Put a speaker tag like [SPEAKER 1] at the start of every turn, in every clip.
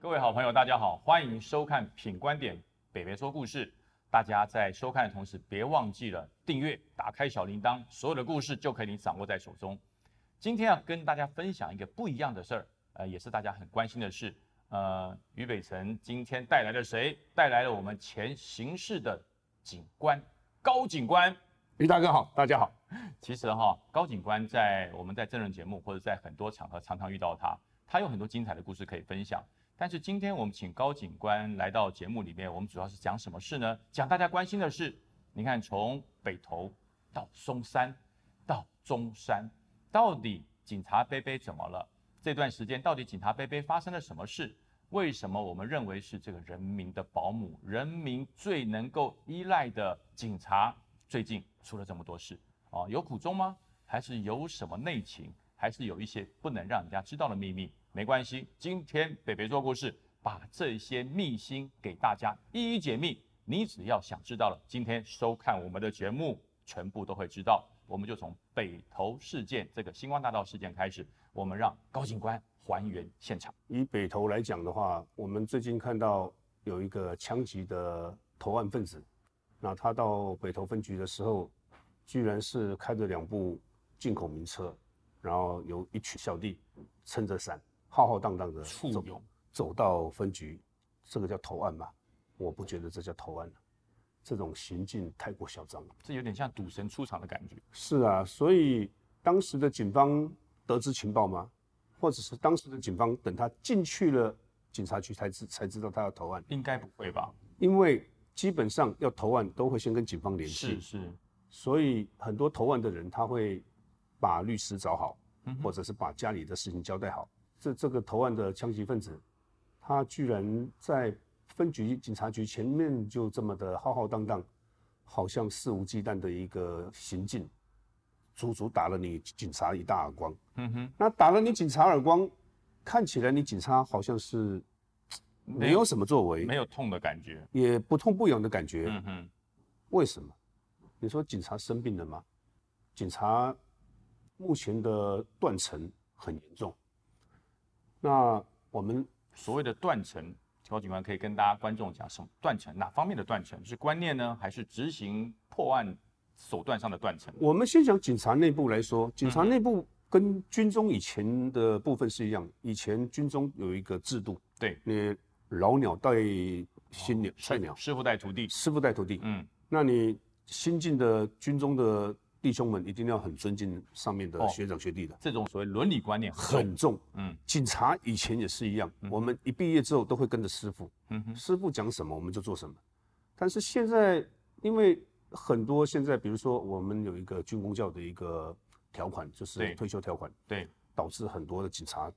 [SPEAKER 1] 众朋友，大家好，欢迎收看《品观点》，北北说故事。大家在收看的同时，别忘记了订阅、打开小铃铛，所有的故事就可以你掌握在手中。今天要跟大家分享一个不一样的事儿，呃，也是大家很关心的事。呃，于北辰今天带来了谁？带来了我们前刑事的警官高警官。
[SPEAKER 2] 于大哥好，大家好。
[SPEAKER 1] 其实哈，高警官在我们在政论节目或者在很多场合常常遇到他，他有很多精彩的故事可以分享。但是今天我们请高警官来到节目里面，我们主要是讲什么事呢？讲大家关心的事。你看，从北投到松山，到中山，到底警察杯杯怎么了？这段时间到底警察杯杯发生了什么事？为什么我们认为是这个人民的保姆，人民最能够依赖的警察，最近出了这么多事？哦，有苦衷吗？还是有什么内情？还是有一些不能让人家知道的秘密？没关系，今天北北说故事把这些秘辛给大家一一解密。你只要想知道了，今天收看我们的节目，全部都会知道。我们就从北投事件这个星光大道事件开始，我们让高警官还原现场。
[SPEAKER 2] 以北投来讲的话，我们最近看到有一个枪击的投案分子，那他到北投分局的时候，居然是开着两部进口名车，然后有一群小弟撑着伞，浩浩荡荡的
[SPEAKER 1] 簇
[SPEAKER 2] 走
[SPEAKER 1] 拥
[SPEAKER 2] 走到分局，这个叫投案吗？我不觉得这叫投案这种行径太过嚣张了。
[SPEAKER 1] 这有点像赌神出场的感觉。
[SPEAKER 2] 是啊，所以当时的警方得知情报吗？或者是当时的警方等他进去了警察局才知才知道他要投案？
[SPEAKER 1] 应该不会吧？
[SPEAKER 2] 因为基本上要投案都会先跟警方联
[SPEAKER 1] 是，
[SPEAKER 2] 系
[SPEAKER 1] 是，
[SPEAKER 2] 所以很多投案的人他会把律师找好，
[SPEAKER 1] 嗯哼
[SPEAKER 2] 或者是把家里的事情交代好。这这个投案的枪击分子，他居然在分局警察局前面就这么的浩浩荡荡，好像肆无忌惮的一个行径，足足打了你警察一大耳光。
[SPEAKER 1] 嗯哼，
[SPEAKER 2] 那打了你警察耳光，看起来你警察好像是嘖
[SPEAKER 1] 没有
[SPEAKER 2] 没有什么作为，
[SPEAKER 1] 没有痛的感觉。
[SPEAKER 2] 也不痛不痒的感觉。
[SPEAKER 1] 嗯哼，
[SPEAKER 2] 为什么？你说警察生病了吗？警察目前的断层很严重。那我们
[SPEAKER 1] 所谓的断层，高警官可以跟大家观众讲什么断层？哪方面的断层？是观念呢，还是执行破案手段上的断层？
[SPEAKER 2] 我们先讲警察内部来说，警察内部跟军中以前的部分是一样，以前军中有一个制度，
[SPEAKER 1] 对，
[SPEAKER 2] 你老鸟带新鸟，菜鸟，
[SPEAKER 1] 师傅带徒弟。
[SPEAKER 2] 师傅带徒弟。
[SPEAKER 1] 嗯，
[SPEAKER 2] 那你新进的军中的弟兄们一定要很尊敬上面
[SPEAKER 1] 哦
[SPEAKER 2] 的学长学弟的，
[SPEAKER 1] 这种所谓伦理观念
[SPEAKER 2] 很重。
[SPEAKER 1] 嗯
[SPEAKER 2] 警察以前也是一样，我们一毕业之后都会跟着师傅，
[SPEAKER 1] 嗯哼，
[SPEAKER 2] 师傅讲什么我们就做什么。但是现在，因为很多现在，比如说我们有一个军工教的一个条款，
[SPEAKER 1] 对
[SPEAKER 2] 就是退休条款，
[SPEAKER 1] 对。
[SPEAKER 2] 导致很多的警察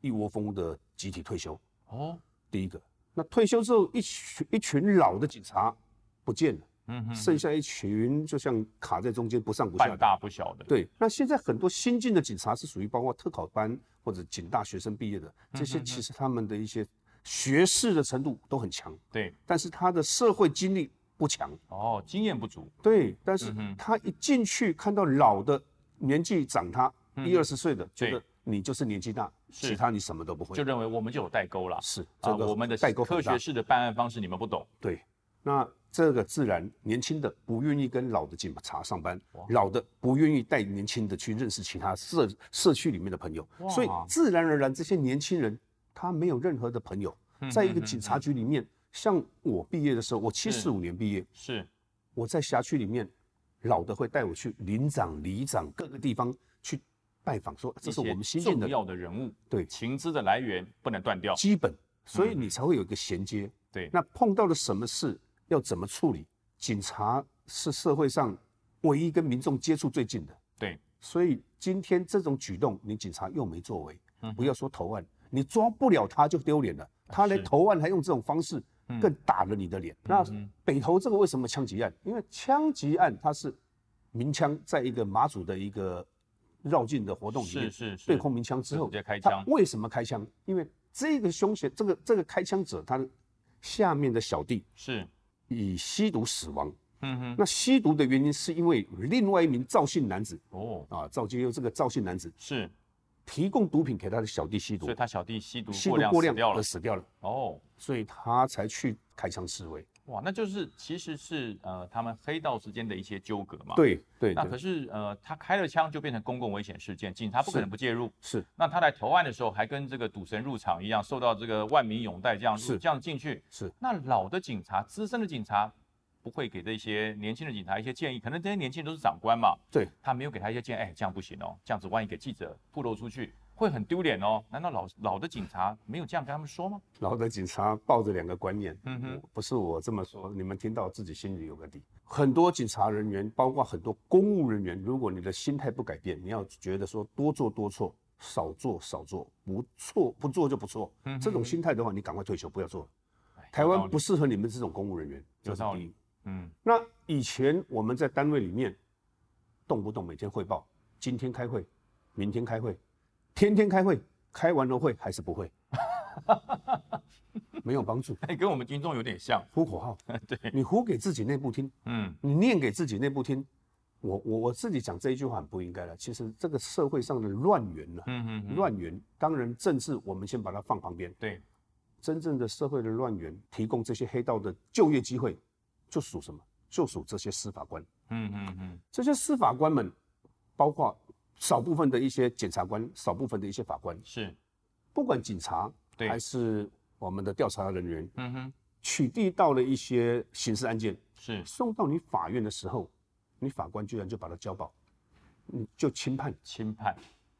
[SPEAKER 2] 一窝蜂的集体退休。
[SPEAKER 1] 哦，
[SPEAKER 2] 第一个，那退休之后，一群一群老的警察不见了，
[SPEAKER 1] 嗯哼，
[SPEAKER 2] 剩下一群就像卡在中间不上不下
[SPEAKER 1] 半
[SPEAKER 2] 的。
[SPEAKER 1] 大不小的。，
[SPEAKER 2] 对，那现在很多新进的警察是属于包括特考班或者警大学生毕业的，这
[SPEAKER 1] 嗯
[SPEAKER 2] 些其实他们的一些学识的程度都很强，
[SPEAKER 1] 对，
[SPEAKER 2] 但是他的社会经历不强。
[SPEAKER 1] 哦，经验不足。
[SPEAKER 2] 对，但是
[SPEAKER 1] 嗯哼
[SPEAKER 2] 他一进去看到老的年纪长他一二十岁的，觉
[SPEAKER 1] 嗯对
[SPEAKER 2] 得你就是年纪大，
[SPEAKER 1] 是
[SPEAKER 2] 其他你什么都不会
[SPEAKER 1] 就。认为我们就有代沟了，
[SPEAKER 2] 是
[SPEAKER 1] 啊，
[SPEAKER 2] 这个
[SPEAKER 1] 我们的
[SPEAKER 2] 代沟
[SPEAKER 1] 科
[SPEAKER 2] 很大
[SPEAKER 1] 学式的办案方式你们不懂，
[SPEAKER 2] 对，那这个自然年轻的不愿意跟老的警察上班，老的不愿意带年轻的去认识其他社社区里面的朋友
[SPEAKER 1] 哇，
[SPEAKER 2] 所以自然而然这些年轻人他没有任何的朋友，
[SPEAKER 1] 嗯
[SPEAKER 2] 在一个警察局里面，像我毕业的时候，我七十五年毕业，
[SPEAKER 1] 是
[SPEAKER 2] 我在辖区里面，老的会带我去林长、里长各个地方去拜访，说这是我们新进的
[SPEAKER 1] 重要的人物，
[SPEAKER 2] 对
[SPEAKER 1] 情资的来源不能断掉，
[SPEAKER 2] 基本，所
[SPEAKER 1] 嗯
[SPEAKER 2] 以你才会有一个衔接。
[SPEAKER 1] 对，
[SPEAKER 2] 那碰到了什么事要怎么处理？警察是社会上唯一跟民众接触最近的，
[SPEAKER 1] 对，
[SPEAKER 2] 所以今天这种举动，你警察又没作为
[SPEAKER 1] 嗯哼，啊
[SPEAKER 2] 不要说投案，你抓不了他就丢脸了，他来
[SPEAKER 1] 是
[SPEAKER 2] 投案还用这种方式
[SPEAKER 1] 嗯，
[SPEAKER 2] 更打了你的脸。那
[SPEAKER 1] 嗯
[SPEAKER 2] 北投这个为什么枪击案？因为枪击案它是鸣枪在一个马祖的一个绕境的活动里
[SPEAKER 1] 是
[SPEAKER 2] 面，
[SPEAKER 1] 是是，
[SPEAKER 2] 对空鸣枪之后，
[SPEAKER 1] 直接开
[SPEAKER 2] 他
[SPEAKER 1] 枪
[SPEAKER 2] 为什么开枪？因为这个凶嫌，这个这个开枪者，他的下面的小弟
[SPEAKER 1] 是，
[SPEAKER 2] 以吸毒死亡。
[SPEAKER 1] 嗯哼，
[SPEAKER 2] 那吸毒的原因是因为另外一名赵姓男子
[SPEAKER 1] 哦，
[SPEAKER 2] 啊，赵金佑这个赵姓男子
[SPEAKER 1] 是
[SPEAKER 2] 提供毒品给他的小弟吸毒
[SPEAKER 1] 所以，他小弟吸毒
[SPEAKER 2] 吸
[SPEAKER 1] 过
[SPEAKER 2] 毒
[SPEAKER 1] 量
[SPEAKER 2] 过
[SPEAKER 1] 死
[SPEAKER 2] 量
[SPEAKER 1] 掉了
[SPEAKER 2] 而。死掉了，
[SPEAKER 1] 哦，
[SPEAKER 2] 所以他才去开枪示威。
[SPEAKER 1] 哇，那就是其实是呃他们黑道之间的一些纠葛嘛。。
[SPEAKER 2] 对对
[SPEAKER 1] 啊那可
[SPEAKER 2] 对，
[SPEAKER 1] 是呃他开了枪就变成公共危险事件，警察不可
[SPEAKER 2] 是
[SPEAKER 1] 能不介入。
[SPEAKER 2] 是
[SPEAKER 1] 那他来投案的时候，还跟这个赌神入场一样，受到这个万民拥戴，这样入
[SPEAKER 2] 是
[SPEAKER 1] 这样进去。
[SPEAKER 2] 是。
[SPEAKER 1] 那老的警察、资深的警察不会给这些年轻的警察一些建议，可能这些年轻人都是长官嘛，
[SPEAKER 2] 对，
[SPEAKER 1] 他没有给他一些建议，哎，这样不行哦，这样子万一给记者透露出去，会很丢脸哦。难道老老的警察没有这样跟他们说吗？
[SPEAKER 2] 然后呢，警察抱着两个观念，
[SPEAKER 1] 嗯哼
[SPEAKER 2] 我不是我这么说，你们听到自己心里有个底。很多警察人员，包括很多公务人员，如果你的心态不改变，你要觉得说多做多错，少做少做，不错不做就不错。
[SPEAKER 1] 嗯哼
[SPEAKER 2] 这种心态的话，你赶快退休，不要做了。
[SPEAKER 1] 哎
[SPEAKER 2] 台
[SPEAKER 1] 有道
[SPEAKER 2] 湾
[SPEAKER 1] 理
[SPEAKER 2] 不适合你们这种公务人员，
[SPEAKER 1] 有
[SPEAKER 2] 这是
[SPEAKER 1] 道
[SPEAKER 2] 第
[SPEAKER 1] 理
[SPEAKER 2] 一。
[SPEAKER 1] 嗯
[SPEAKER 2] 那以前我们在单位里面，动不动每天汇报，今天开会，明天开会，天天开会，开完了会还是不会，没有帮助。
[SPEAKER 1] 哎，跟我们军中有点像，
[SPEAKER 2] 呼口号，
[SPEAKER 1] 对，
[SPEAKER 2] 你呼给自己内部听，
[SPEAKER 1] 嗯，
[SPEAKER 2] 你念给自己内部听。我我我自己讲这一句话很不应该了。其实这个社会上的乱源呢、
[SPEAKER 1] 嗯嗯嗯，
[SPEAKER 2] 乱源当然政治我们先把它放旁边，
[SPEAKER 1] 对，
[SPEAKER 2] 真正的社会的乱源提供这些黑道的就业机会，就属什么？就属这些司法官。
[SPEAKER 1] 嗯嗯嗯，
[SPEAKER 2] 这些司法官们，包括少部分的一些检察官、少部分的一些法官，
[SPEAKER 1] 是，
[SPEAKER 2] 不管警察
[SPEAKER 1] 对
[SPEAKER 2] 还是我们的调查人员，
[SPEAKER 1] 嗯哼，
[SPEAKER 2] 取缔到了一些刑事案件，
[SPEAKER 1] 是，
[SPEAKER 2] 送到你法院的时候，你法官居然就把他交保，你就轻判，
[SPEAKER 1] 轻判，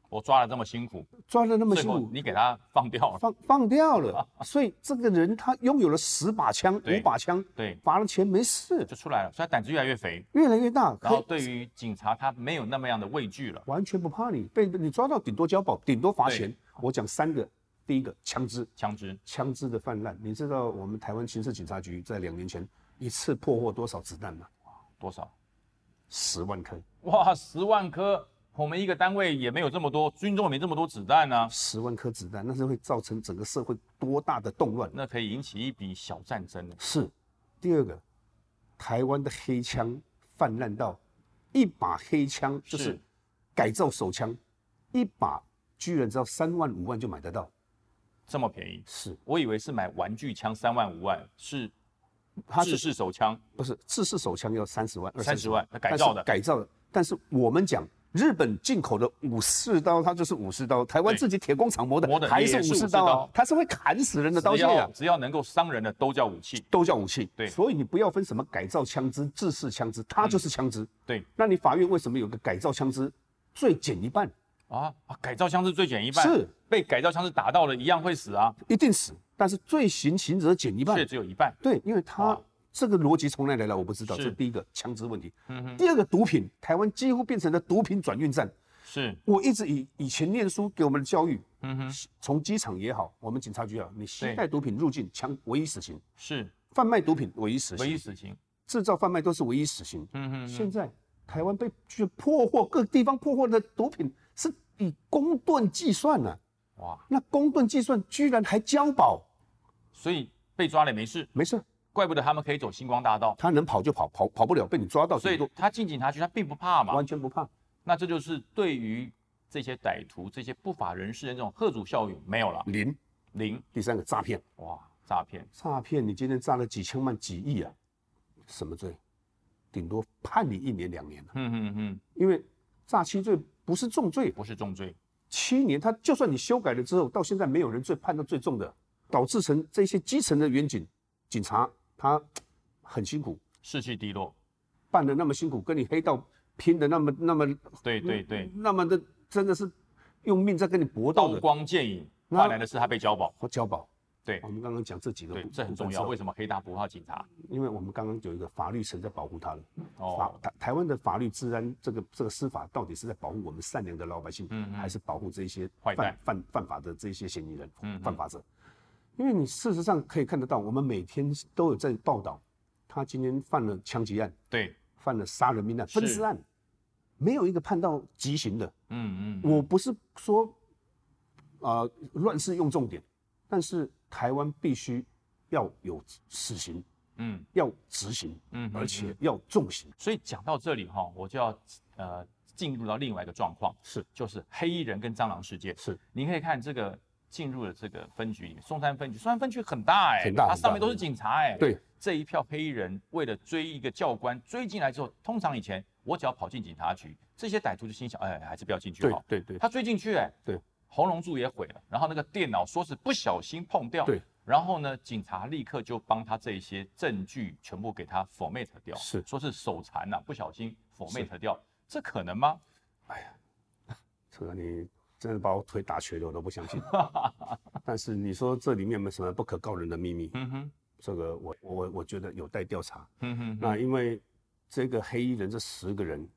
[SPEAKER 1] 我抓了这么辛苦，
[SPEAKER 2] 抓的那么
[SPEAKER 1] 最
[SPEAKER 2] 辛
[SPEAKER 1] 后
[SPEAKER 2] 苦，
[SPEAKER 1] 你给他放掉了，
[SPEAKER 2] 放放掉了。所以这个人他拥有了十把枪、
[SPEAKER 1] 对
[SPEAKER 2] 五把枪，
[SPEAKER 1] 对，
[SPEAKER 2] 罚了钱没事，
[SPEAKER 1] 就出来了，所以他胆子越来越肥。
[SPEAKER 2] 越来越大，
[SPEAKER 1] 然后
[SPEAKER 2] 可以
[SPEAKER 1] 对于警察他没有那么样的畏惧了。
[SPEAKER 2] 完全不怕你被你抓到，顶多交保，顶多罚
[SPEAKER 1] 对
[SPEAKER 2] 钱。我讲三个，第一个枪支。
[SPEAKER 1] 枪支，
[SPEAKER 2] 枪支的泛滥。你知道我们台湾刑事警察局在两年前一次破获多少子弹吗？
[SPEAKER 1] 多少？
[SPEAKER 2] 十万颗，
[SPEAKER 1] 哇，十万颗！我们一个单位也没有这么多，军中也没这么多子弹啊，
[SPEAKER 2] 十万颗子弹，那是会造成整个社会多大的动乱？
[SPEAKER 1] 那可以引起一笔小战争呢。
[SPEAKER 2] 是。第二个，台湾的黑枪泛滥到一把黑枪就是
[SPEAKER 1] 是
[SPEAKER 2] 改造手枪，一把居然只要三万五万就买得到。
[SPEAKER 1] 这么便宜，
[SPEAKER 2] 是，
[SPEAKER 1] 我以为是买玩具枪三万五万，是
[SPEAKER 2] 它
[SPEAKER 1] 制
[SPEAKER 2] 是
[SPEAKER 1] 式手枪，
[SPEAKER 2] 不是自式手枪要三十万、二
[SPEAKER 1] 30万
[SPEAKER 2] 但是
[SPEAKER 1] 改造的
[SPEAKER 2] 改造的。但是我们讲日本进口的武士刀，它就是武士刀，台湾
[SPEAKER 1] 对
[SPEAKER 2] 自己铁工厂磨
[SPEAKER 1] 磨的
[SPEAKER 2] 的还是
[SPEAKER 1] 也是
[SPEAKER 2] 武士
[SPEAKER 1] 武士
[SPEAKER 2] 刀啊
[SPEAKER 1] 刀，
[SPEAKER 2] 它是会砍死人的刀
[SPEAKER 1] 只
[SPEAKER 2] 械
[SPEAKER 1] 要
[SPEAKER 2] 啊，
[SPEAKER 1] 只要能够伤人的都叫武器。
[SPEAKER 2] 都叫武器。
[SPEAKER 1] 对嗯
[SPEAKER 2] 所以你不要分什么改造枪支、制式枪支，它就是枪支。
[SPEAKER 1] 对
[SPEAKER 2] 那你法院为什么有个改造枪支罪减一半，
[SPEAKER 1] 啊啊，改造枪是最减一半，
[SPEAKER 2] 是
[SPEAKER 1] 被改造枪是打到了一样会死啊，
[SPEAKER 2] 一定死，但是罪行刑责减一半
[SPEAKER 1] 却？只有一半。
[SPEAKER 2] 对，因为它
[SPEAKER 1] 哇
[SPEAKER 2] 这个逻辑从哪里来我不知道。
[SPEAKER 1] 是
[SPEAKER 2] 这第一个枪支问题，
[SPEAKER 1] 嗯哼，
[SPEAKER 2] 第二个毒品，台湾几乎变成了毒品转运站。
[SPEAKER 1] 是，
[SPEAKER 2] 我一直以以前念书给我们的教育，
[SPEAKER 1] 嗯哼，
[SPEAKER 2] 从机场也好，我们警察局也好，你携带毒品入境，枪唯一死刑；
[SPEAKER 1] 是
[SPEAKER 2] 贩卖毒品唯一死
[SPEAKER 1] 唯一
[SPEAKER 2] 刑；
[SPEAKER 1] 死刑。
[SPEAKER 2] 制造贩卖都是唯一死刑。
[SPEAKER 1] 嗯哼
[SPEAKER 2] 现在台湾被去破获，各地方破获的毒品是以公吨计算呢、
[SPEAKER 1] 哼，哇，
[SPEAKER 2] 那公吨计算居然还交保，
[SPEAKER 1] 所以被抓了也没事，
[SPEAKER 2] 没事，
[SPEAKER 1] 怪不得他们可以走星光大道。
[SPEAKER 2] 他能跑就跑，跑跑不了被你抓到，
[SPEAKER 1] 所
[SPEAKER 2] 最
[SPEAKER 1] 以
[SPEAKER 2] 多
[SPEAKER 1] 他进警察局，他并不怕嘛。
[SPEAKER 2] 完全不怕。
[SPEAKER 1] 那这就是对于这些歹徒、这些不法人士的那种贺主效应没有了，
[SPEAKER 2] 零，
[SPEAKER 1] 零
[SPEAKER 2] 第三个诈骗，
[SPEAKER 1] 哇，诈骗
[SPEAKER 2] 诈骗你今天诈了几千万、几亿啊，什么罪？顶多判你一年两年啊
[SPEAKER 1] 嗯嗯嗯，
[SPEAKER 2] 因为诈欺罪不是重罪，
[SPEAKER 1] 不是重罪，
[SPEAKER 2] 七年，他就算你修改了之后，到现在没有人最判到最重的，导致成这些基层的员警、警察，他很辛苦，
[SPEAKER 1] 士气低落，
[SPEAKER 2] 办的那么辛苦，跟你黑道拼的那么那么
[SPEAKER 1] 对对对，
[SPEAKER 2] 那么的，真的是用命在跟你搏斗
[SPEAKER 1] 刀
[SPEAKER 2] 的。
[SPEAKER 1] 光剑影，
[SPEAKER 2] 那
[SPEAKER 1] 换来的是他被交保。
[SPEAKER 2] 或交保，
[SPEAKER 1] 对
[SPEAKER 2] 我们刚刚讲这几个
[SPEAKER 1] 对
[SPEAKER 2] 部，，
[SPEAKER 1] 这很
[SPEAKER 2] 部分
[SPEAKER 1] 重要。
[SPEAKER 2] 之后
[SPEAKER 1] 为什么黑大不怕警察？
[SPEAKER 2] 因为我们刚刚有一个法律层在保护他了。法
[SPEAKER 1] 哦，
[SPEAKER 2] 台台湾的法律治安这个这个司法到底是在保护我们善良的老百姓，
[SPEAKER 1] 嗯嗯
[SPEAKER 2] 还是保护这些
[SPEAKER 1] 坏蛋
[SPEAKER 2] 犯犯犯法的这些嫌疑人、
[SPEAKER 1] 嗯嗯
[SPEAKER 2] 犯法者？因为你事实上可以看得到，我们每天都有在报道，他今天犯了枪击案，
[SPEAKER 1] 对，
[SPEAKER 2] 犯了杀人命案、
[SPEAKER 1] 是
[SPEAKER 2] 分尸案，没有一个判到极刑的。
[SPEAKER 1] 嗯嗯，
[SPEAKER 2] 我不是说，呃，乱世用重点，但是台湾必须要有死刑，
[SPEAKER 1] 嗯
[SPEAKER 2] 要执行，
[SPEAKER 1] 嗯，
[SPEAKER 2] 而且要重刑。
[SPEAKER 1] 所以讲到这里哈，我就要呃进入到另外一个状况，
[SPEAKER 2] 是
[SPEAKER 1] 就是黑衣人跟蟑螂世界。
[SPEAKER 2] 是
[SPEAKER 1] 您可以看这个进入了这个分局里面，松山分局，松山分局很大哎、
[SPEAKER 2] 很大
[SPEAKER 1] 它
[SPEAKER 2] 很
[SPEAKER 1] 上
[SPEAKER 2] 大
[SPEAKER 1] 面都是警察哎、
[SPEAKER 2] 对，
[SPEAKER 1] 这一票黑衣人为了追一个教官，追进来之后，通常以前我只要跑进警察局，这些歹徒就心想，哎，还是不要进去
[SPEAKER 2] 对
[SPEAKER 1] 好。
[SPEAKER 2] 对对
[SPEAKER 1] 他追进去哎、
[SPEAKER 2] 对，
[SPEAKER 1] 红龙柱也毁了，然后那个电脑说是不小心碰掉，
[SPEAKER 2] 对，
[SPEAKER 1] 然后呢，警察立刻就帮他这一些证据全部给他 format 掉，
[SPEAKER 2] 是
[SPEAKER 1] 说是手残呐、不小心 format 掉，这可能吗？
[SPEAKER 2] 这个你真的把我腿打瘸了，我都不 相信。但是你说这里面有没有什么不可告人的秘密？
[SPEAKER 1] 嗯哼，
[SPEAKER 2] 这个我我我觉得有待调查。
[SPEAKER 1] 嗯哼，
[SPEAKER 2] 那因为这个黑衣人这十个人，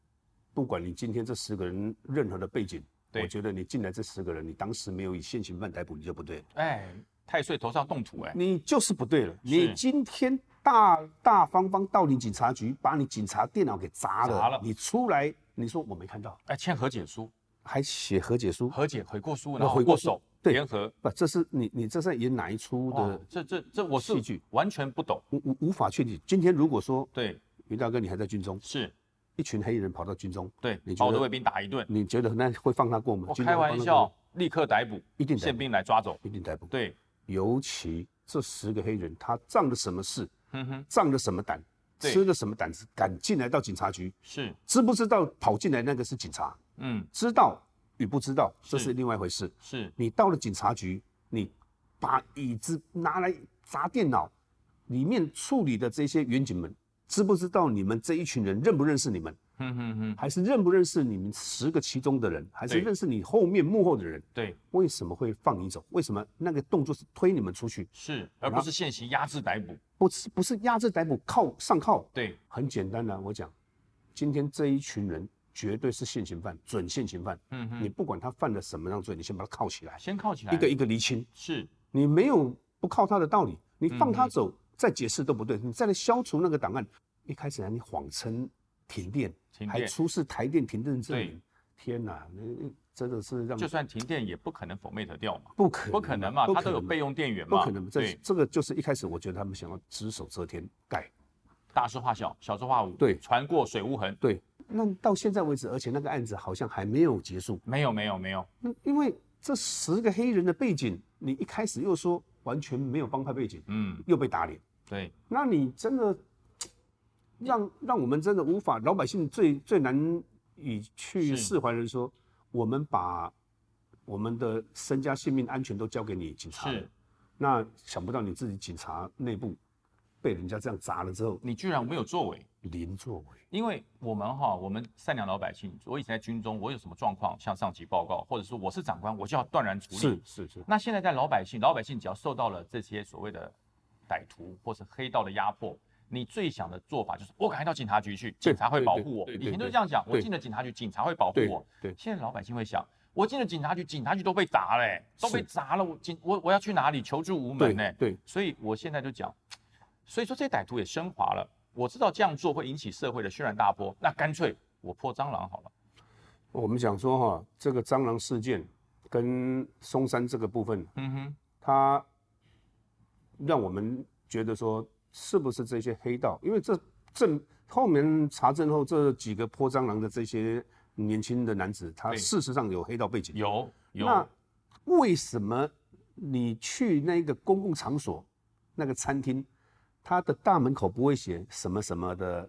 [SPEAKER 2] 不管你今天这十个人任何的背景，
[SPEAKER 1] 对
[SPEAKER 2] 我觉得你进来这十个人，你当时没有以现行犯逮捕，你就不对了，
[SPEAKER 1] 哎，太岁头上动土哎、
[SPEAKER 2] 你就是不对了。
[SPEAKER 1] 是
[SPEAKER 2] 你今天大大方方到你警察局，把你警察电脑给砸了，
[SPEAKER 1] 砸了
[SPEAKER 2] 你出来，你说我没看到，
[SPEAKER 1] 哎，签和解书，
[SPEAKER 2] 还写和解书，
[SPEAKER 1] 和解悔过书，
[SPEAKER 2] 那
[SPEAKER 1] 然后
[SPEAKER 2] 呃悔过
[SPEAKER 1] 握
[SPEAKER 2] 书
[SPEAKER 1] 手，
[SPEAKER 2] 对
[SPEAKER 1] 联合，
[SPEAKER 2] 不，这是你你这是演哪一出
[SPEAKER 1] 哇
[SPEAKER 2] 的，
[SPEAKER 1] 这这这我是
[SPEAKER 2] 戏剧
[SPEAKER 1] 完全不懂，
[SPEAKER 2] 无无无法确定。今天如果说
[SPEAKER 1] 对，
[SPEAKER 2] 于大哥你还在军中，
[SPEAKER 1] 是，
[SPEAKER 2] 一群黑衣人跑到军中，
[SPEAKER 1] 对
[SPEAKER 2] 你，觉
[SPEAKER 1] 把我的
[SPEAKER 2] 得
[SPEAKER 1] 卫兵打一顿，
[SPEAKER 2] 你觉得那会放他过吗？
[SPEAKER 1] 我
[SPEAKER 2] 军
[SPEAKER 1] 开
[SPEAKER 2] 中会
[SPEAKER 1] 玩
[SPEAKER 2] 放他过
[SPEAKER 1] 笑
[SPEAKER 2] 吗，，
[SPEAKER 1] 立刻逮捕，
[SPEAKER 2] 一定逮
[SPEAKER 1] 宪
[SPEAKER 2] 捕
[SPEAKER 1] 兵来抓走，
[SPEAKER 2] 一定逮捕。
[SPEAKER 1] 对，
[SPEAKER 2] 尤其这十个黑人，他仗着什么事，
[SPEAKER 1] 哼哼，
[SPEAKER 2] 仗着什么胆，
[SPEAKER 1] 对
[SPEAKER 2] 吃了什么胆子，敢进来到警察局？
[SPEAKER 1] 是，
[SPEAKER 2] 知不知道跑进来那个是警察？
[SPEAKER 1] 嗯，
[SPEAKER 2] 知道与不知道，这
[SPEAKER 1] 是
[SPEAKER 2] 是另外一回事。
[SPEAKER 1] 是，
[SPEAKER 2] 你到了警察局，你把椅子拿来砸电脑，里面处理的这些员警们，知不知道你们这一群人认不认识你们？
[SPEAKER 1] 哼哼哼，
[SPEAKER 2] 还是认不认识你们十个其中的人？还是
[SPEAKER 1] 对
[SPEAKER 2] 认识你后面幕后的人？
[SPEAKER 1] 对，
[SPEAKER 2] 为什么会放你走？为什么那个动作是推你们出去？
[SPEAKER 1] 是，而不
[SPEAKER 2] 然
[SPEAKER 1] 是现行压制逮捕，
[SPEAKER 2] 不是不是压制逮捕靠上铐，
[SPEAKER 1] 对，
[SPEAKER 2] 很简单的、我讲，今天这一群人绝对是现行犯，准现行犯。
[SPEAKER 1] 嗯哼，
[SPEAKER 2] 你不管他犯了什么样罪，你先把他铐起来，
[SPEAKER 1] 先铐起来，
[SPEAKER 2] 一个一个厘清。
[SPEAKER 1] 是，
[SPEAKER 2] 你没有不铐他的道理，你
[SPEAKER 1] 嗯
[SPEAKER 2] 放他走、再解释都不对，你再来消除那个档案。一开始啊，你谎称停电，
[SPEAKER 1] 停
[SPEAKER 2] 还
[SPEAKER 1] 电
[SPEAKER 2] 出示台电停电证
[SPEAKER 1] 对
[SPEAKER 2] 明。天哪，那那真的是让
[SPEAKER 1] 就算停电也不可能 format 掉嘛，
[SPEAKER 2] 不可
[SPEAKER 1] 不可能嘛，
[SPEAKER 2] 不
[SPEAKER 1] 它
[SPEAKER 2] 可
[SPEAKER 1] 都有
[SPEAKER 2] 能
[SPEAKER 1] 备用电源
[SPEAKER 2] 不
[SPEAKER 1] 嘛，
[SPEAKER 2] 可能。这
[SPEAKER 1] 对，
[SPEAKER 2] 这个就是一开始我觉得他们想要只手遮天盖。
[SPEAKER 1] 大事化小，小事化无，
[SPEAKER 2] 对
[SPEAKER 1] 船过水无痕，
[SPEAKER 2] 对，那到现在为止，而且那个案子好像还没有结束。
[SPEAKER 1] 没有没有没有，
[SPEAKER 2] 那因为这十个黑人的背景，你一开始又说完全没有帮派背景，
[SPEAKER 1] 嗯，
[SPEAKER 2] 又被打脸，
[SPEAKER 1] 对，
[SPEAKER 2] 那你真的让让我们真的无法，老百姓最最难以去
[SPEAKER 1] 是
[SPEAKER 2] 释怀的是说，我们把我们的身家性命安全都交给你警察了
[SPEAKER 1] 是，
[SPEAKER 2] 那想不到你自己警察内部被人家这样砸了之后，
[SPEAKER 1] 你居然没有作为。
[SPEAKER 2] 零作为，
[SPEAKER 1] 因为我们哈，我们善良老百姓，我以前在军中，我有什么状况向上级报告，或者说我是长官，我就要断然处理。
[SPEAKER 2] 是是是，
[SPEAKER 1] 那现在在老百姓，老百姓只要受到了这些所谓的歹徒或是黑道的压迫，你最想的做法就是我赶快到警察局去，警察会保护我。
[SPEAKER 2] 对对对
[SPEAKER 1] 以前都是这样讲，
[SPEAKER 2] 对
[SPEAKER 1] 我进了警察局，警察会保护我。
[SPEAKER 2] 对对
[SPEAKER 1] 现在老百姓会想，我进了警察局，警察局都被砸了、欸，都被
[SPEAKER 2] 是
[SPEAKER 1] 砸了，我警我我要去哪里求助无门欸呢、
[SPEAKER 2] 对对，
[SPEAKER 1] 所以我现在就讲，所以说这些歹徒也升华了。我知道这样做会引起社会的轩然大波，那干脆我破蟑螂好了。
[SPEAKER 2] 我们讲说哈，这个蟑螂事件跟松山这个部分，
[SPEAKER 1] 嗯哼，
[SPEAKER 2] 它让我们觉得说，是不是这些黑道？因为这证后面查证后，这几个泼蟑螂的这些年轻的男子，他
[SPEAKER 1] 对
[SPEAKER 2] 事实上有黑道背景。
[SPEAKER 1] 有有
[SPEAKER 2] 那，为什么你去那个公共场所、那个餐厅，它的大门口不会写什么什么的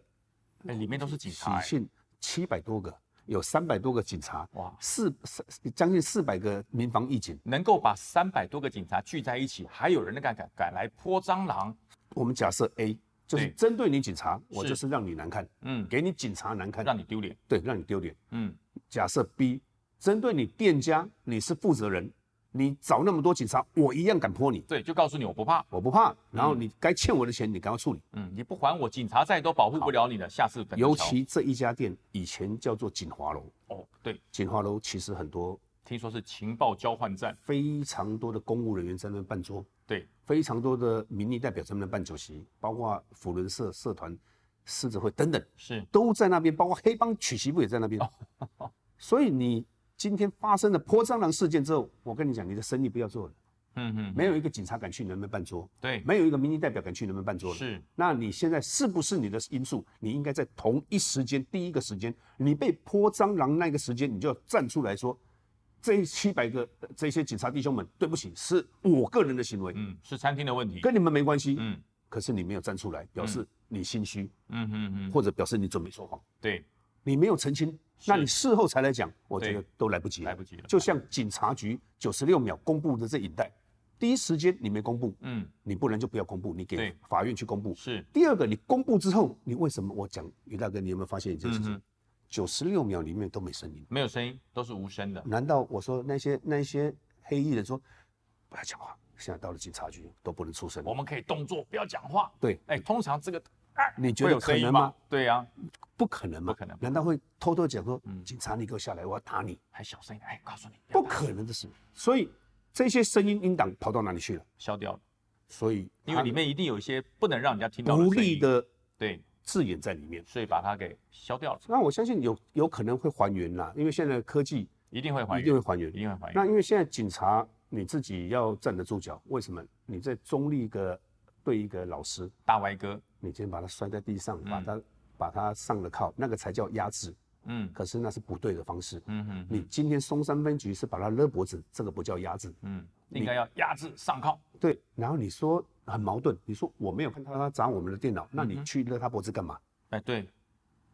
[SPEAKER 1] 哎里面都是警
[SPEAKER 2] 喜
[SPEAKER 1] 察、欸，
[SPEAKER 2] 庆七百多个，有三百多个警察，
[SPEAKER 1] 哇
[SPEAKER 2] 哇，四三将近四百个民防义警。
[SPEAKER 1] 能够把三百多个警察聚在一起，还有人敢敢敢来泼蟑螂，
[SPEAKER 2] 我们假设 A 就是
[SPEAKER 1] 对
[SPEAKER 2] 针对你警察，我
[SPEAKER 1] 是
[SPEAKER 2] 就是让你难看，
[SPEAKER 1] 嗯，
[SPEAKER 2] 给你警察难看，
[SPEAKER 1] 让你丢脸，
[SPEAKER 2] 对让你丢脸。
[SPEAKER 1] 嗯，
[SPEAKER 2] 假设 B 针对你店家，你是负责人，你找那么多警察，我一样敢泼你，
[SPEAKER 1] 对，就告诉你我不怕，
[SPEAKER 2] 我不怕。然后你该欠我的钱，你赶快处理。
[SPEAKER 1] 嗯，你不还我，警察再多保护不了你了，下次等着瞧
[SPEAKER 2] 尤其这一家店以前叫做锦华楼，
[SPEAKER 1] 哦，对，
[SPEAKER 2] 锦华楼其实很多
[SPEAKER 1] 听说是情报交换站，
[SPEAKER 2] 非常多的公务人员在那边办桌，
[SPEAKER 1] 对，
[SPEAKER 2] 非常多的民意代表在那边办酒席，包括辅伦社社团、狮子会等等，
[SPEAKER 1] 是
[SPEAKER 2] 都在那边，包括黑帮娶媳妇也在那边。
[SPEAKER 1] 哦
[SPEAKER 2] 所以你今天发生了泼蟑螂事件之后，我跟你讲，你的生意不要做了，
[SPEAKER 1] 嗯嗯，
[SPEAKER 2] 没有一个警察敢去你那边办桌，
[SPEAKER 1] 对，
[SPEAKER 2] 没有一个民意代表敢去你那边办桌了。
[SPEAKER 1] 是，
[SPEAKER 2] 那你现在是不是你的因素？你应该在同一时间，第一个时间，你被泼蟑螂那个时间，你就要站出来说，这七百个呃这些警察弟兄们，对不起，是我个人的行为，
[SPEAKER 1] 嗯，是餐厅的问题，
[SPEAKER 2] 跟你们没关系。
[SPEAKER 1] 嗯
[SPEAKER 2] 可是你没有站出来，表示你心虚，
[SPEAKER 1] 嗯嗯嗯，
[SPEAKER 2] 或者表示你准备说谎，
[SPEAKER 1] 对，
[SPEAKER 2] 你没有澄清，
[SPEAKER 1] 是
[SPEAKER 2] 那你事后才来讲，我觉得
[SPEAKER 1] 对
[SPEAKER 2] 都来不及了。
[SPEAKER 1] 来不及了，
[SPEAKER 2] 就像警察局九十六秒公布的这影带，第一时间你没公布，
[SPEAKER 1] 嗯
[SPEAKER 2] 你不能就不要公布，你给
[SPEAKER 1] 对
[SPEAKER 2] 法院去公布。
[SPEAKER 1] 是，
[SPEAKER 2] 第二个，你公布之后，你为什么？我讲于大哥，你有没有发现一件事
[SPEAKER 1] 嗯
[SPEAKER 2] 情
[SPEAKER 1] 哼？
[SPEAKER 2] 九十六秒里面都没声音，
[SPEAKER 1] 没有声音，都是无声的，
[SPEAKER 2] 难道我说那些那些黑衣人说不要讲话？现在到了警察局都不能出声，
[SPEAKER 1] 我们可以动作，不要讲话，
[SPEAKER 2] 对，
[SPEAKER 1] 哎，通常这个，哎
[SPEAKER 2] 你觉
[SPEAKER 1] 会
[SPEAKER 2] 得
[SPEAKER 1] 有
[SPEAKER 2] 可
[SPEAKER 1] 声音
[SPEAKER 2] 能吗
[SPEAKER 1] 吗？？对啊呀，
[SPEAKER 2] 不可能嘛，
[SPEAKER 1] 不可能
[SPEAKER 2] 难道会偷偷讲说
[SPEAKER 1] 嗯，
[SPEAKER 2] 警察你给我下来，我要打你？
[SPEAKER 1] 还小声，哎，告诉你，
[SPEAKER 2] 不可能的事。所以这些声音音档跑到哪里去了？
[SPEAKER 1] 消掉了，
[SPEAKER 2] 所以
[SPEAKER 1] 因为
[SPEAKER 2] 它
[SPEAKER 1] 里面一定有一些不能让人家听到
[SPEAKER 2] 不
[SPEAKER 1] 声
[SPEAKER 2] 利
[SPEAKER 1] 音，
[SPEAKER 2] 的
[SPEAKER 1] 对，
[SPEAKER 2] 字眼在里面。
[SPEAKER 1] 所以把它给消掉了，
[SPEAKER 2] 那我相信有有可能会还原啦，因为现在的科技
[SPEAKER 1] 一定会还
[SPEAKER 2] 一定
[SPEAKER 1] 原，嗯
[SPEAKER 2] 会还原
[SPEAKER 1] 一。定会还原，
[SPEAKER 2] 那因为现在警察你自己要站得住脚，为什么？你在中立一个对一个老师，
[SPEAKER 1] 大歪哥，
[SPEAKER 2] 你今天把他摔在地上，
[SPEAKER 1] 嗯
[SPEAKER 2] 把他把他上了铐，那个才叫压制，
[SPEAKER 1] 嗯
[SPEAKER 2] 可是那是不对的方式。
[SPEAKER 1] 嗯嗯
[SPEAKER 2] 你今天松山分局是把他勒脖子，这个不叫压制。
[SPEAKER 1] 嗯，应该要压制上铐，
[SPEAKER 2] 对，然后你说很矛盾，你说我没有看到他砸我们的电脑，
[SPEAKER 1] 嗯
[SPEAKER 2] 那你去勒他脖子干嘛？
[SPEAKER 1] 哎，对，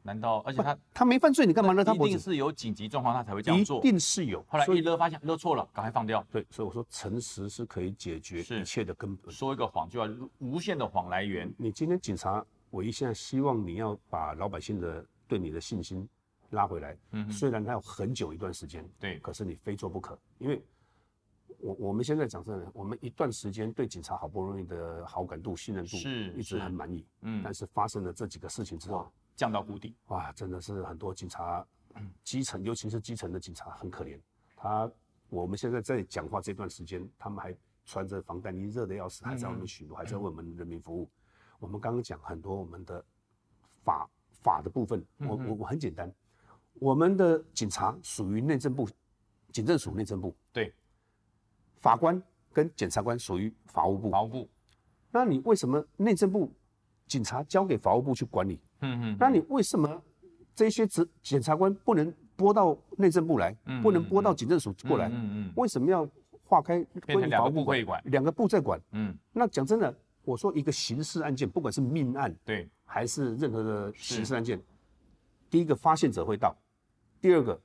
[SPEAKER 1] 难道而且他
[SPEAKER 2] 他没犯罪，你干嘛勒他
[SPEAKER 1] 一
[SPEAKER 2] 脖
[SPEAKER 1] 定
[SPEAKER 2] 子？
[SPEAKER 1] 是有紧急状况他才会这样
[SPEAKER 2] 一
[SPEAKER 1] 做，
[SPEAKER 2] 定是有。
[SPEAKER 1] 后来
[SPEAKER 2] 所
[SPEAKER 1] 一
[SPEAKER 2] 以
[SPEAKER 1] 勒发现勒错了，赶快放掉。
[SPEAKER 2] 对，所以我说诚实是可以解决
[SPEAKER 1] 是
[SPEAKER 2] 一切的根本。
[SPEAKER 1] 说一个谎就要无限的谎来源，
[SPEAKER 2] 你今天警察，我一向希望你要把老百姓的对你的信心拉回来。
[SPEAKER 1] 嗯哼
[SPEAKER 2] 虽然还有很久一段时间，
[SPEAKER 1] 对
[SPEAKER 2] 可是你非做不可，因为我我们现在讲真的，我们一段时间对警察好不容易的好感度、信任度
[SPEAKER 1] 是
[SPEAKER 2] 一直
[SPEAKER 1] 是
[SPEAKER 2] 很满意，
[SPEAKER 1] 嗯
[SPEAKER 2] 但是发生了这几个事情之后，
[SPEAKER 1] 降到谷底，
[SPEAKER 2] 哇，真的是很多警察， 基层尤其是基层的警察很可怜。他我们现在在讲话这段时间，他们还穿着防弹衣，热的要死，还在外面巡逻，还在为我们人民服务。我们刚刚讲很多我们的法法的部分，我我我很简单，我们的警察属于内政部，警政署内政部，
[SPEAKER 1] 对，
[SPEAKER 2] 法官跟检察官属于法务部。
[SPEAKER 1] 法务部，
[SPEAKER 2] 那你为什么内政部警察交给法务部去管理？
[SPEAKER 1] 嗯嗯，
[SPEAKER 2] 那你为什么这些职检察官不能拨到内政部来，
[SPEAKER 1] 嗯
[SPEAKER 2] 不能拨到警政署过来？
[SPEAKER 1] 嗯嗯嗯，
[SPEAKER 2] 为什么要划开
[SPEAKER 1] 变
[SPEAKER 2] 归
[SPEAKER 1] 成
[SPEAKER 2] 你
[SPEAKER 1] 两
[SPEAKER 2] 法
[SPEAKER 1] 个
[SPEAKER 2] 务
[SPEAKER 1] 部
[SPEAKER 2] 部
[SPEAKER 1] 会
[SPEAKER 2] 管？
[SPEAKER 1] 管，
[SPEAKER 2] 两个部在管。
[SPEAKER 1] 嗯，
[SPEAKER 2] 那讲真的，我说一个刑事案件，不管是命案
[SPEAKER 1] 对，
[SPEAKER 2] 还是任何的
[SPEAKER 1] 是
[SPEAKER 2] 刑事案件，第一个发现者会到，第二个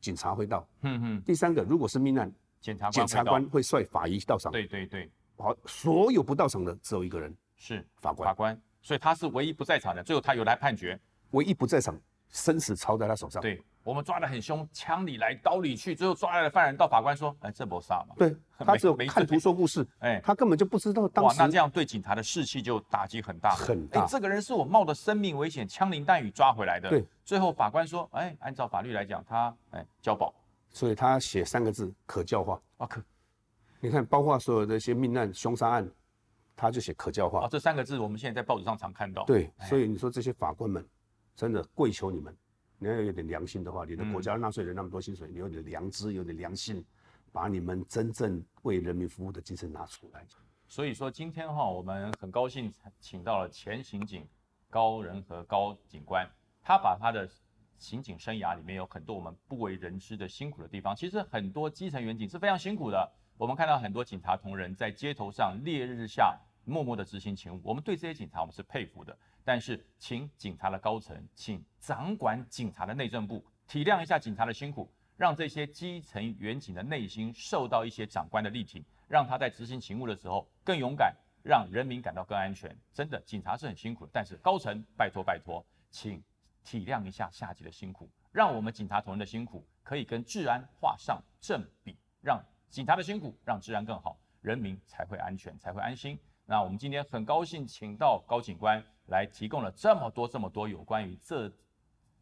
[SPEAKER 2] 警察会到，
[SPEAKER 1] 嗯嗯，
[SPEAKER 2] 第三个如果是命案，
[SPEAKER 1] 检察官，
[SPEAKER 2] 检察官，会率法医到场。
[SPEAKER 1] 对对对，
[SPEAKER 2] 好，所有不到场的只有一个人，
[SPEAKER 1] 是
[SPEAKER 2] 法
[SPEAKER 1] 法
[SPEAKER 2] 官，
[SPEAKER 1] 官，所以他是唯一不在场的，最后他有来判决，
[SPEAKER 2] 唯一不在场，生死操在他手上。
[SPEAKER 1] 对我们抓得很凶，枪里来刀里去，最后抓来的犯人到法官说，哎，这不杀嘛，
[SPEAKER 2] 对，他只有
[SPEAKER 1] 没没
[SPEAKER 2] 看
[SPEAKER 1] 罪
[SPEAKER 2] 图说故事，
[SPEAKER 1] 哎，
[SPEAKER 2] 他根本就不知道当
[SPEAKER 1] 哇，那这
[SPEAKER 2] 时
[SPEAKER 1] 样对警察的士气就打击很大，
[SPEAKER 2] 很
[SPEAKER 1] 哎
[SPEAKER 2] 大，。
[SPEAKER 1] 这个人是我冒着生命危险，枪林弹雨抓回来的。
[SPEAKER 2] 对，
[SPEAKER 1] 最后法官说，哎，按照法律来讲，他哎交保
[SPEAKER 2] 所以他写三个字可教化。
[SPEAKER 1] 啊，可
[SPEAKER 2] 你看，包括所有的一些命案、凶杀案，他就写可教
[SPEAKER 1] 啊
[SPEAKER 2] 化。
[SPEAKER 1] 这三个字我们现在在报纸上常看到。，
[SPEAKER 2] 对
[SPEAKER 1] 哎，
[SPEAKER 2] 所以你说这些法官们，真的跪求你们，你要有点良心的话，你的国家纳税人那么多薪水，你有点良知，有点良心，把你们真正为人民服务的精神拿出来。
[SPEAKER 1] 所以说今天哈，我们很高兴请到了前刑警高仁和高警官，他把他的刑警生涯里面有很多我们不为人知的辛苦的地方。其实很多基层员警是非常辛苦的，我们看到很多警察同仁在街头上烈日下默默的执行勤务，我们对这些警察我们是佩服的。但是，请警察的高层，请掌管警察的内政部，体谅一下警察的辛苦，让这些基层员警的内心受到一些长官的力挺，让他在执行勤务的时候更勇敢，让人民感到更安全。真的，警察是很辛苦的，但是高层，拜托拜托，请体谅一下下级的辛苦，让我们警察同仁的辛苦可以跟治安画上正比，让警察的辛苦让治安更好，人民才会安全，才会安心。那我们今天很高兴请到高警官来提供了这么多这么多有关于这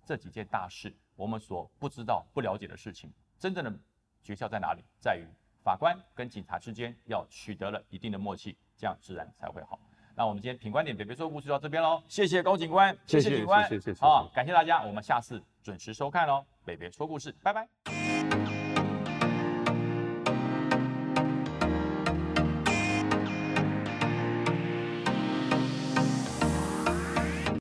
[SPEAKER 1] 这几件大事我们所不知道不了解的事情，真正的诀窍在哪里？在于法官跟警察之间要取得了一定的默契，这样自然才会好。那我们今天品观点北北说故事就到这边喽，谢谢高警官，
[SPEAKER 2] 谢谢
[SPEAKER 1] 警官，
[SPEAKER 2] 谢谢谢谢
[SPEAKER 1] 好，感谢大家，我们下次准时收看喽，北北说故事，拜拜。